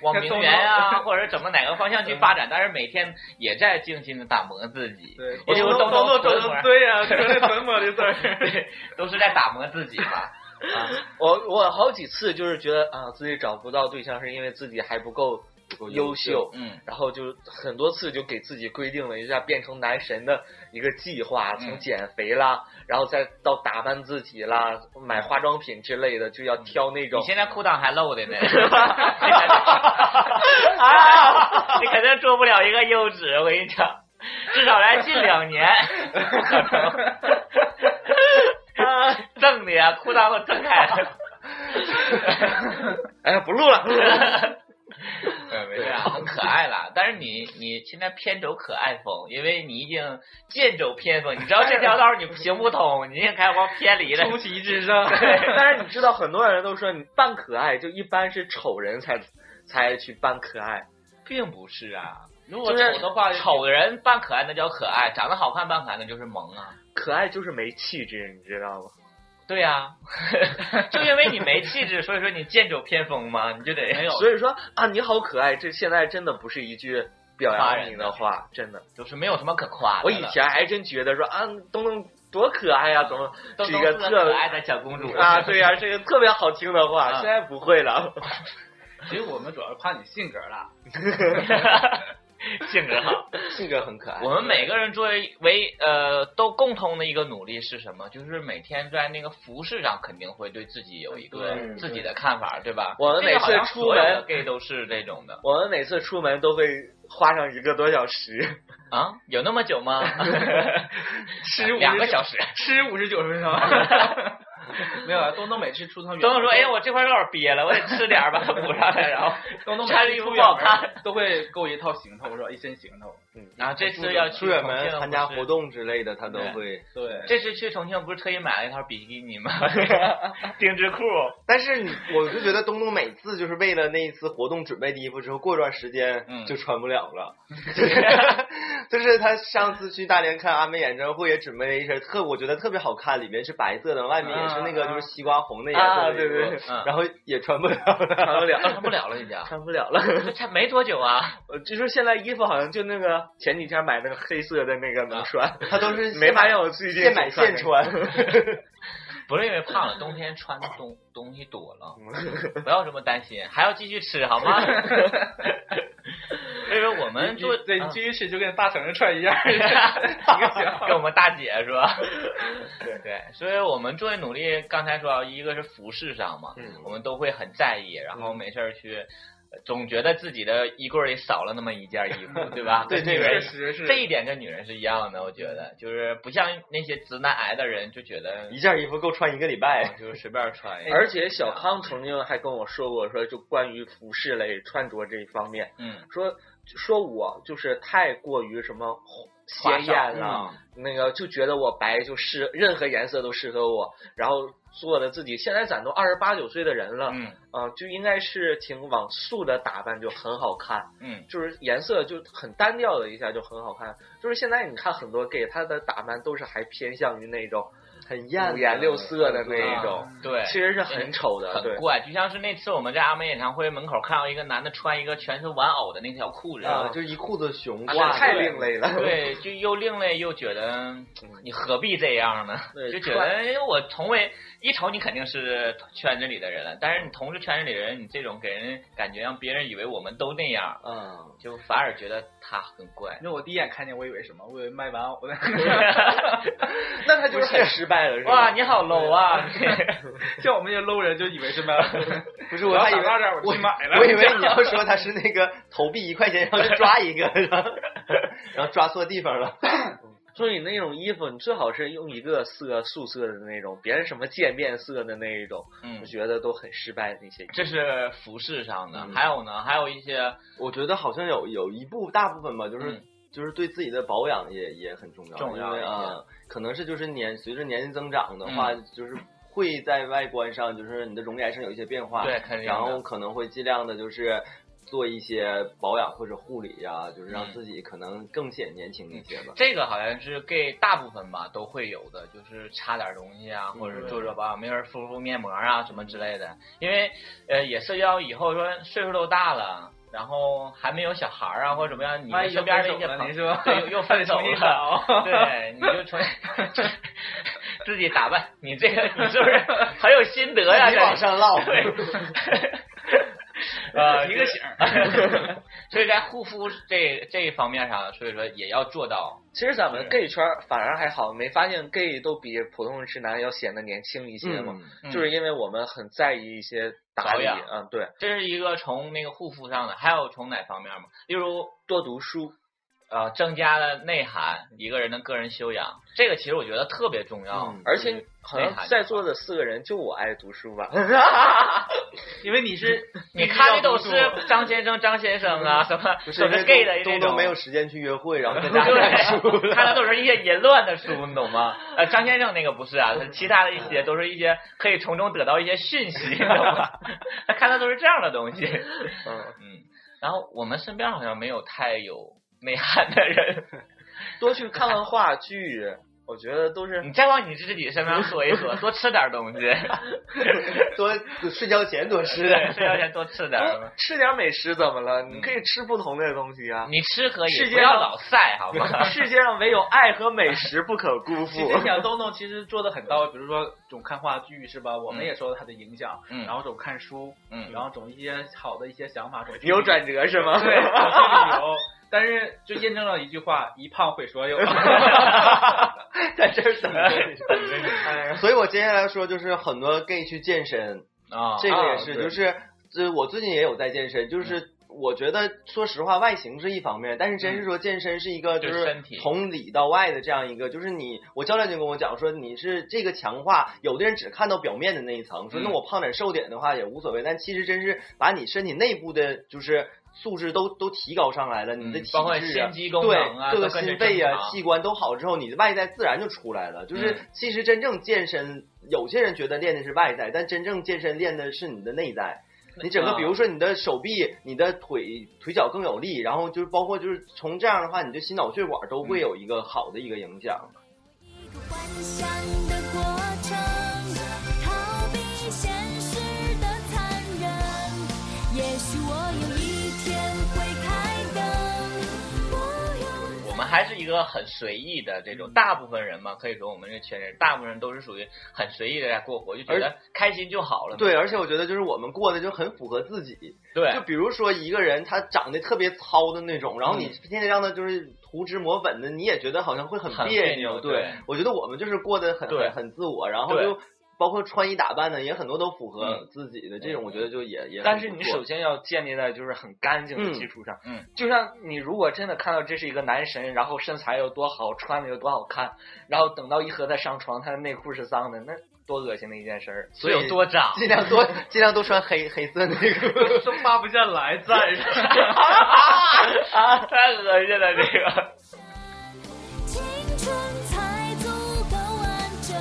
Speaker 2: 往名
Speaker 1: 动
Speaker 2: 媛 啊，
Speaker 1: 动
Speaker 2: 或者怎么哪个方向去发展，但是每天也在静心的打磨自己。
Speaker 1: 对，
Speaker 2: 也就是动
Speaker 1: 动
Speaker 2: 动动
Speaker 1: 动，
Speaker 2: 动，
Speaker 1: 对 呀，全是本我的事儿。
Speaker 2: 对， 都是在打磨自己 吧。
Speaker 3: 啊，我我好几次就是觉得啊，自己找不到对象是因为自己还不够优秀，
Speaker 2: 嗯，
Speaker 3: 然后就很多次就给自己规定了一下变成男神的一个计划，
Speaker 2: 嗯
Speaker 3: 从减肥啦，然后再到打扮自己啦，买化妆品之类的，就要挑那种
Speaker 2: 嗯你。现在裤裆还露的呢， 啊，你肯定做不了一个优质，我跟你讲，至少来近两 年，不可能， 挣的呀，裤裆都挣开了。
Speaker 3: 哎呀，不录 了，不录了。
Speaker 2: 对，没事啊，很可爱啦。但是你你现在偏走可爱风，因为你已经剑走偏锋，你知道这条道你行不通，你已经开始往偏离了。
Speaker 1: 出奇制胜，
Speaker 3: 但是你知道，很多人都说你扮可爱，就一般是丑人才才去扮可爱。
Speaker 2: 并不是啊，
Speaker 1: 如
Speaker 2: 就
Speaker 1: 果
Speaker 2: 是
Speaker 1: 丑的话，
Speaker 2: 丑的人扮可爱那叫可爱，长得好看扮可爱那就是萌啊。
Speaker 3: 可爱就是没气质，你知道吗？
Speaker 2: 对呀、 就因为你没气质，所以说你剑走偏锋嘛，你就得没有
Speaker 3: 所以说啊，你好可爱，这现在真的不是一句表
Speaker 2: 夸
Speaker 3: 扬
Speaker 2: 人
Speaker 3: 你
Speaker 2: 的
Speaker 3: 的话，真的。
Speaker 2: 就是没有什么可夸的了。
Speaker 3: 我以前还真觉得说啊，东东多可爱呀、啊怎 么
Speaker 2: 都
Speaker 3: 是
Speaker 2: 都
Speaker 3: 一
Speaker 2: 是
Speaker 3: 个特
Speaker 2: 可爱的小公主
Speaker 3: 啊？对呀、是一个特别好听的话，
Speaker 2: 啊
Speaker 3: 现在不会了。
Speaker 1: 其实我们主要是怕你性格啦。
Speaker 2: 性格好。
Speaker 3: 性格很可爱
Speaker 2: 我们每个人作为为呃都共通的一个努力是什么？就是每天在那个服饰上肯定会对自己有一个
Speaker 3: 对
Speaker 2: 自己的看法，对吧？
Speaker 3: 我们每
Speaker 2: 这个
Speaker 3: 次
Speaker 2: 好像
Speaker 3: 出
Speaker 2: 所有的
Speaker 3: 门
Speaker 2: gay 都是这种的
Speaker 3: 我们每次出门都会花上一个多小时，
Speaker 2: 啊，有那么久 吗？
Speaker 1: 吃五
Speaker 2: 两个小时。
Speaker 1: 吃五十九分钟。 没有啊，东东每次出趟远门
Speaker 2: 等我说，哎呀，我这块有点憋了，我得吃点儿把它补上来，然 后
Speaker 1: 东东每
Speaker 2: 穿着
Speaker 1: 次
Speaker 2: 衣服
Speaker 1: 出
Speaker 2: 不好
Speaker 1: 远
Speaker 2: 看
Speaker 1: 门都会够一套行头，我说一身行头。
Speaker 3: 嗯
Speaker 2: 啊，这次要去
Speaker 3: 出远
Speaker 2: 重
Speaker 3: 门
Speaker 2: 庆
Speaker 3: 参加
Speaker 2: 不是
Speaker 3: 活动之类的，他都会。
Speaker 1: 对，
Speaker 2: 这次去重庆不是特意买了一套比基 尼吗？定 制裤，
Speaker 3: 但是
Speaker 6: 你我就觉得东东每次就是为了那一次活动准备的衣服之后，过段时
Speaker 2: 嗯
Speaker 6: 间就穿不了 了。就是他上次去大连看阿妹演唱会也准备了一身特，我觉得特别好看，里面是白色的，外面也是那个就是西瓜红的颜色
Speaker 3: 嗯啊，
Speaker 6: 的
Speaker 3: 对
Speaker 6: 一个
Speaker 3: 对对，
Speaker 2: 嗯，
Speaker 6: 然后也穿不了了。
Speaker 3: 穿不了，
Speaker 2: 穿不了了已经，
Speaker 3: 穿不了了。
Speaker 2: 这才没多久啊，
Speaker 3: 我就说现在衣服好像就那个前几天买那个黑色的那个能穿，
Speaker 6: 他啊都是
Speaker 3: 没法让我最近
Speaker 6: 现买
Speaker 3: 穿
Speaker 6: 现 穿。
Speaker 2: 不是因为胖了，冬天穿的东东西多了，不要这么担心，还要继续吃好吗？ 所以说我们做
Speaker 1: 对你
Speaker 2: 啊
Speaker 1: 继续吃就跟大绳子串一样，一个型
Speaker 2: 跟我们大姐是吧？对 对，所以我们作为努力，刚才说啊一个是服饰上嘛，我们都会很在意，然后没事儿去，呃总觉得自己的衣柜里少了那么一件衣服，对 吧？
Speaker 6: 对
Speaker 2: 跟女
Speaker 6: 对
Speaker 1: 确
Speaker 2: 人
Speaker 1: 实是
Speaker 2: 这一点跟女人是一样的，我觉得就是不像那些直男癌的人就觉得哦
Speaker 6: 一件衣服够穿一个礼拜，
Speaker 2: 就是随便穿一下，
Speaker 3: 哎而且小康曾经还跟我说过，说就关于服饰类穿着这一方面，
Speaker 2: 嗯，
Speaker 3: 说说我就是太过于什么
Speaker 2: 花
Speaker 3: 鲜
Speaker 2: 哨嗯
Speaker 3: 艳了，那个就觉得我白就适任何颜色都适合我，然后做的自己现在咱都二十八九岁的人了，
Speaker 2: 嗯
Speaker 3: 啊、就应该是挺往素的打扮就很好看，
Speaker 2: 嗯
Speaker 3: 就是颜色就很单调的一下就很好看，就是现在你看很多 gay 他的打扮都是还偏向于那种
Speaker 6: 很
Speaker 3: 五
Speaker 6: 艳，
Speaker 3: 颜六色的那一
Speaker 2: 啊
Speaker 3: 种，
Speaker 2: 对，
Speaker 3: 其实是很丑的，
Speaker 2: 很
Speaker 3: 对。
Speaker 2: 怪，就像是那次我们在阿妹演唱会门口看到一个男的穿一个全是玩偶的那条裤子，
Speaker 6: 啊，就是一裤子熊
Speaker 3: 啊
Speaker 6: 挂的，
Speaker 3: 太另类了，
Speaker 2: 对，就又另类又觉得你何必这样呢？
Speaker 3: 嗯对
Speaker 2: 就觉得我从未一瞅你肯定是圈子里的人了，但是你同是圈子里的人，你这种给人感觉让别人以为我们都那样，
Speaker 6: 嗯，
Speaker 2: 就反而觉得他很 怪。
Speaker 1: 那我第一眼看见，我以为什么？我以为卖玩偶的，
Speaker 3: 那他就是很失败了，是吧？
Speaker 2: 哇，你好 low 啊！
Speaker 1: 像我们这些 low 人就以为是卖玩偶的。
Speaker 6: 不是，我
Speaker 1: 我要
Speaker 6: 还以
Speaker 1: 打
Speaker 6: 为
Speaker 1: 到这儿我去 买了。
Speaker 6: 我以 为你要说他是那个投币一块钱，然后就抓 一个，然后然后抓错地方了。
Speaker 3: 所以那种衣服，你最好是用一个色素色的那种，别是什么渐变色的那一种，
Speaker 2: 嗯
Speaker 3: 我，觉得都很失败的那些衣服。
Speaker 2: 这是服饰上的，
Speaker 3: 嗯
Speaker 2: 还有呢，还有一些
Speaker 3: 啊
Speaker 6: 我觉得好像有有一部大部分吧，就是、
Speaker 2: 嗯
Speaker 6: 就是对自己的保养也也很重要，
Speaker 2: 重要
Speaker 6: 因为
Speaker 2: 一些
Speaker 6: 啊、可能是就是年随着年龄增长的
Speaker 3: 嗯
Speaker 6: 话，就是会在外观上，就是你的容颜上有一些变化，
Speaker 2: 对肯定的
Speaker 6: 然后可能会尽量的就是。
Speaker 3: 做一些保养或者护理呀、就是
Speaker 5: 嗯
Speaker 3: 让自己可能更显年轻一些吧。
Speaker 2: 这个好像是 gay 大部分吧都会有的，就是擦点东西啊，或者是做做保养，没人敷敷面膜啊什么之类的。因为呃也涉及到以后说岁数都大了，然后还没有小孩儿啊或者怎么样，你
Speaker 1: 万
Speaker 2: 们
Speaker 1: 一
Speaker 2: 身边的一些
Speaker 1: 又分手了
Speaker 2: 朋
Speaker 1: 您说
Speaker 2: 对又又分手
Speaker 1: 重新
Speaker 2: 了，
Speaker 1: 找
Speaker 2: 对，你就重自己打扮，你这个你是不是很有心得呀、
Speaker 3: 你
Speaker 2: 这
Speaker 3: 往上唠，
Speaker 2: 对，呃，
Speaker 1: 提个
Speaker 2: 醒。 所以在护肤这这一方面上，所以说也要做到。
Speaker 5: 其实咱们
Speaker 2: 是
Speaker 5: gay 圈儿反而还好，没发现 gay 都比普通直男要显得年轻一些嘛，
Speaker 3: 嗯，
Speaker 2: 嗯
Speaker 5: 就是因为我们很在意一些打
Speaker 2: 保
Speaker 5: 理，
Speaker 2: 养
Speaker 5: 嗯，对，
Speaker 2: 这是一个从那个护肤上的，还有从哪方面嘛？例如，
Speaker 5: 多读书，
Speaker 2: 呃，增加了内涵，一个人的个人修养，这个其实我觉得特别重要。
Speaker 3: 嗯
Speaker 5: 而且好
Speaker 2: 内涵
Speaker 5: 像在
Speaker 2: 这块
Speaker 5: 座的四个人就我爱读书 吧，
Speaker 1: 因为你是
Speaker 2: 你看的都
Speaker 1: 必须要读
Speaker 2: 是张先生、张先生啊，什么
Speaker 3: 嗯不是
Speaker 2: 都是 gay 的这
Speaker 3: 东
Speaker 2: 种
Speaker 3: 东 没有时间去约会，然后在家看书。
Speaker 2: 对，看的都是一些淫乱的书，你懂吗？呃，张先生那个不是啊，其他的一些都是一些可以从中得到一些讯息，你懂吗？ 他看的都是这样的东西。
Speaker 5: 嗯，
Speaker 2: 嗯，然后我们身边好像没有太有内涵的人，
Speaker 5: 多去看看话剧，我觉得
Speaker 3: 嗯
Speaker 5: 都是
Speaker 2: 你再往你自己身上说一 说，多吃点东西，
Speaker 3: 多睡觉前多吃
Speaker 2: 对，
Speaker 3: 点。
Speaker 2: 睡觉前多吃点。嗯
Speaker 5: 多哎
Speaker 3: 哎
Speaker 5: 吃点美食怎么了？你可以吃不同的东西啊。
Speaker 2: 你吃可以，
Speaker 5: 世界
Speaker 2: 不要
Speaker 5: 上
Speaker 2: 老晒，好 吗？
Speaker 5: 世界上唯有爱和美食不可辜
Speaker 1: 其
Speaker 5: 负
Speaker 1: 实。想东东其实做的很到位，比如说总看话剧是吧？我们也受到他的影响，
Speaker 2: 嗯
Speaker 1: 然后总看书，
Speaker 2: 嗯
Speaker 1: 然后总一些好的一些想法，总去
Speaker 5: 有转折是吗？
Speaker 1: 对，总去旅游。但是就验证了一句话：一胖毁 所有。哎
Speaker 3: 在这儿 等着你。所以我接下来说，就是很多 gay 去健身，
Speaker 2: 啊，嗯
Speaker 3: 这个也是，
Speaker 5: 啊对
Speaker 3: 就是这我最近也有在健身，就是。我觉得，说实话，外形是一方面，但是真是说健身是一个，就
Speaker 2: 对
Speaker 3: 是
Speaker 2: 嗯身体
Speaker 3: 从里到外的这样一个，就是你，我教练就跟我讲说，你是这个强化，有的人只看到表面的那一层，说
Speaker 2: 嗯
Speaker 3: 那我胖点瘦点的话也无所谓，但其实真是把你身体内部的，就是素质都都提高上来了，你的
Speaker 2: 嗯
Speaker 3: 体质啊，
Speaker 2: 包括心肌功
Speaker 3: 对
Speaker 2: 能啊，都
Speaker 3: 各个
Speaker 2: 跟着
Speaker 3: 心肺
Speaker 2: 正
Speaker 3: 啊、
Speaker 2: 常
Speaker 3: 器官都好之后，你的外在自然就出来了。就是
Speaker 2: 嗯
Speaker 3: 其实真正健身，有些人觉得练的是外在，但真正健身练的是你的内在。你整个，
Speaker 2: 啊
Speaker 3: 比如说你的手臂、你的腿、腿脚更有力，然后就是包括就是从这样的话，你的心脑血
Speaker 2: 嗯
Speaker 3: 管都会有一个好的一个影响。
Speaker 4: 一个幻想的过程，逃避现实的残忍。也许我有一天会开灯，不用
Speaker 2: 我们还是一个很随意的这
Speaker 3: 嗯
Speaker 2: 种，大部分人嘛，可以说我们这圈人，大部分人都是属于很随意的在过活，就觉得开心就好了嘛。
Speaker 3: 对，而且我觉得就是我们过的就很符合自己。 就
Speaker 2: 对，
Speaker 3: 比如说一个人他长得特别糙的那种，然后你
Speaker 2: 嗯
Speaker 3: 天天让他就是涂脂抹粉的，你也觉得好像会很
Speaker 2: 很
Speaker 3: 别
Speaker 2: 别扭
Speaker 3: 对，
Speaker 2: 对
Speaker 3: 我觉得我们就是过得很
Speaker 2: 对
Speaker 3: 很很自我，然后
Speaker 2: 对
Speaker 3: 就包括穿衣打扮呢，也很多都符合
Speaker 2: 嗯
Speaker 3: 自己的这种，我觉得就也也很不错。
Speaker 5: 但是你首先要建立在就是很干净的基础上，
Speaker 2: 嗯嗯，
Speaker 5: 就像你如果真的看到这是一个男神，然后身材有多好，穿的有多好看，然后等到一和他上床，他的内裤是脏的，那多恶心的一件事儿。
Speaker 2: 所以有多脏，
Speaker 3: 尽量多尽量多穿黑黑色内裤。。
Speaker 1: 生发不下来， 赞是吧
Speaker 2: 啊， 太恶心了这个。
Speaker 4: 青春才足够完整。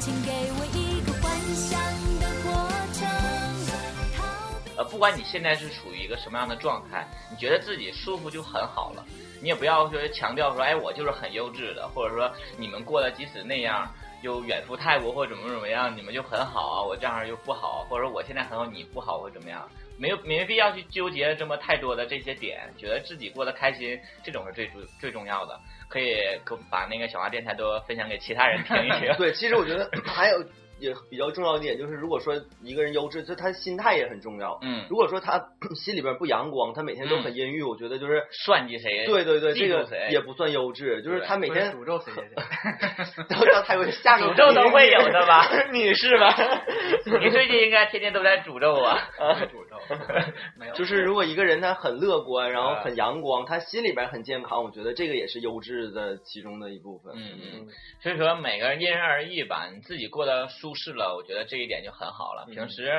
Speaker 4: 请给我一个幻想的过程，逃避。
Speaker 2: 呃，不管你现在是处于一个什么样的状态，你觉得自己舒服就很好了。你也不要说强调说，哎，我就是很优质的，或者说你们过得即使那样，又远赴泰国或怎么怎么样，你们就很好啊，我这样又不好，或者我现在很好，你不好或怎么样，没有没必要去纠结这么太多的这些点，觉得自己过得开心，这种是最最最重要的。可以给把那个小花电台都分享给其他人听一听
Speaker 3: 对，其实我觉得还有也比较重要一点就是，如果说一个人优质，就他心态也很重要。
Speaker 2: 嗯，
Speaker 3: 如果说他 心里边不阳光，他每天都
Speaker 2: 嗯
Speaker 3: 很阴郁，我觉得就是
Speaker 2: 算计谁？
Speaker 3: 对对对，
Speaker 2: 嫉妒
Speaker 3: 这个
Speaker 2: 谁
Speaker 3: 也不算优质，就是
Speaker 2: 对
Speaker 3: 他每
Speaker 1: 不是
Speaker 3: 天
Speaker 1: 诅咒谁谁谁？
Speaker 3: 然后让他有下个
Speaker 2: 诅咒都会有的吧？
Speaker 5: 你是吧？
Speaker 2: 你最近应该天天都在诅咒我。
Speaker 1: 不是诅 咒，没有，
Speaker 3: 就是如果一个人他很乐观，然后很阳光，他心里边很健康，我觉得这个也是优质的其中的一部分。
Speaker 2: 嗯嗯，所以说每个人因人而异吧，你自己过得舒适了，我觉得这一点就很好了。
Speaker 3: 嗯
Speaker 2: 平时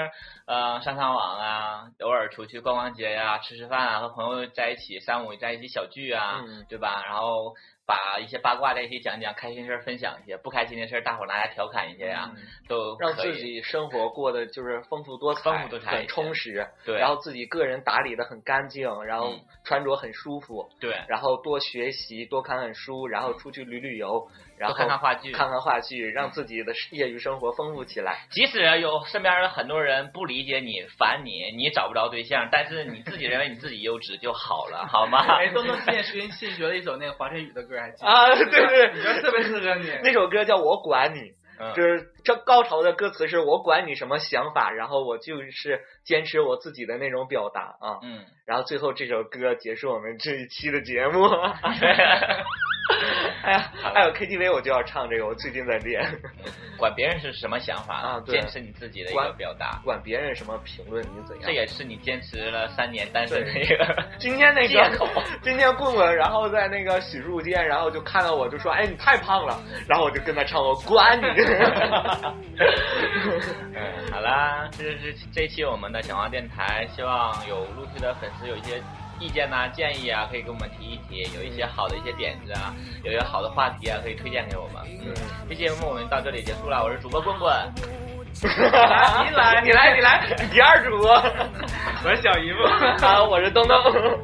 Speaker 2: 呃上上网啊，偶尔出去逛逛街呀、吃吃饭啊，和朋友在一起，三五在一起小聚啊，
Speaker 5: 嗯
Speaker 2: 对吧？然后把一些八卦在一起讲讲，开心事儿分享一些，不开心的事儿大伙儿拿来调侃一些
Speaker 1: 嗯
Speaker 2: 呀、都
Speaker 3: 让
Speaker 2: 可
Speaker 3: 自
Speaker 2: 以
Speaker 3: 己生活过得就是丰富多彩、
Speaker 2: 丰富多彩一
Speaker 3: 很
Speaker 2: 些
Speaker 3: 充实。
Speaker 2: 对
Speaker 3: 然后自己个人打理的很干净，然后
Speaker 2: 嗯
Speaker 3: 穿着很舒服，
Speaker 2: 对，
Speaker 3: 然后多学习，多看看书，然后出去旅旅游，然后
Speaker 2: 多看看话剧
Speaker 3: 看看话剧，让自己的业余生活丰富起来。
Speaker 2: 即使有身边的很多人不理解你、烦你，你也找不着对象，但是你自己认为你自己优质就好了，好 吗？
Speaker 1: 哎，东东之前新新学了一首那个华晨宇的歌，还记得？
Speaker 3: 啊，对对
Speaker 1: 你觉得特别适合你。
Speaker 3: 那首歌叫《我管你》，
Speaker 2: 嗯
Speaker 3: 就是这高潮的歌词是我管你什么想法，然后我就是坚持我自己的那种表达啊。
Speaker 2: 嗯，
Speaker 3: 然后最后这首歌结束我们这一期的节 目。哎呀，还有 KTV 我就要唱这个，我最近在练。
Speaker 2: 管别人是什么想法，
Speaker 3: 啊对
Speaker 2: 坚持你自己的一个表达，
Speaker 3: 管别人什么评论你怎样？
Speaker 2: 这也是你坚持了三年单身的一个。
Speaker 3: 今天 那
Speaker 2: 借
Speaker 3: 个
Speaker 2: 口，
Speaker 3: 今天棍棍，然后在那个洗漱间，然后就看到我就说，哎，你太胖了，然后我就跟他唱，我管你。
Speaker 2: 嗯，好啦，这是这期我们的小王电台，希望有陆续的粉丝有一些意见呐、建议啊，可以给我们提一提；有一些好的一些点子啊，有一些好的话题啊，可以推荐给我们。嗯，这期节目我们到这里结束了，我是主播棍棍，
Speaker 3: 来，你来，你来，你来，第二主播，
Speaker 1: 我是小姨夫。
Speaker 3: 啊，我是东东，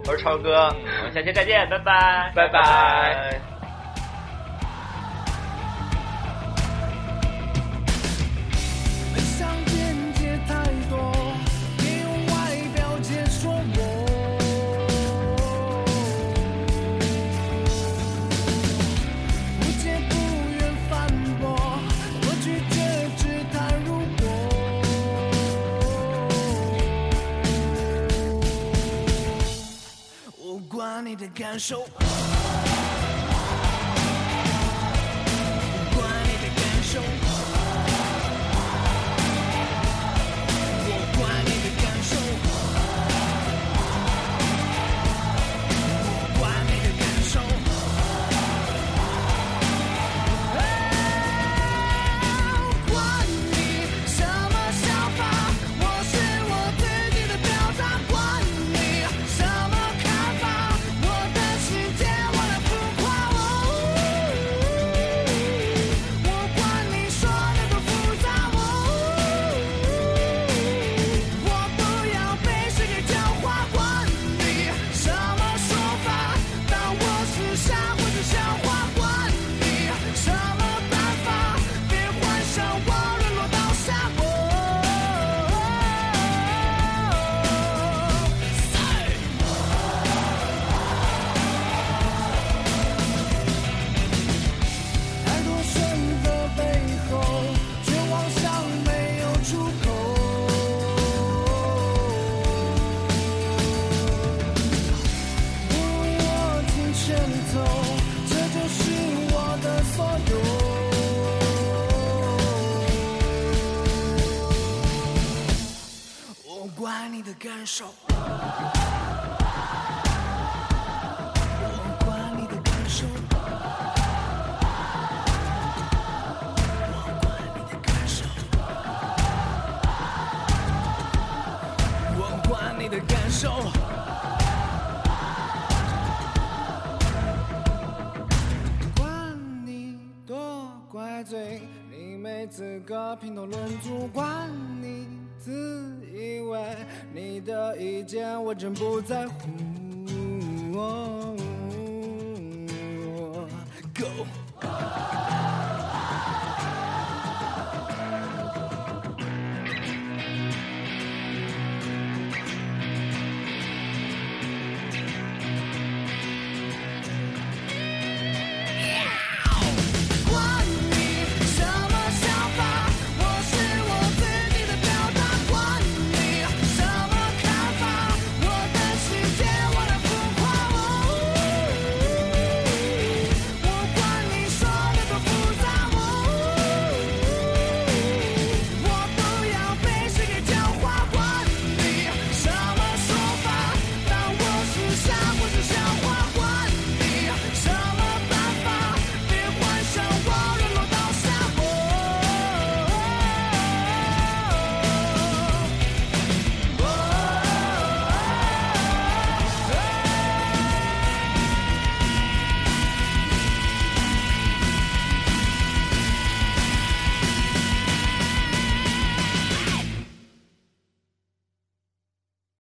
Speaker 7: 我是超哥，
Speaker 2: 嗯我们下期再见，拜拜，
Speaker 3: 拜拜。
Speaker 4: 本想辩解太多，别用外表解说我，不借不愿反驳，我拒绝只谈如果，无关你的感受，无关你的感受。我管你的感受，我管你的感受。管你什么想法，我是我自己的表达。管你什么看法，我的世界我来浮夸。我管你说的多复杂，我不要被世界教化。管你什么说法，当我是傻或者笑话。管你什么办法，别幻想我沦落到下我。太多选择背后，绝望像没有出口。不如握紧拳头，这就是我的所有。我管你的感受，我管你的感受。我管你的感受。管你多怪罪，你没资格评头论足。管你自以为你的意见我真不在乎。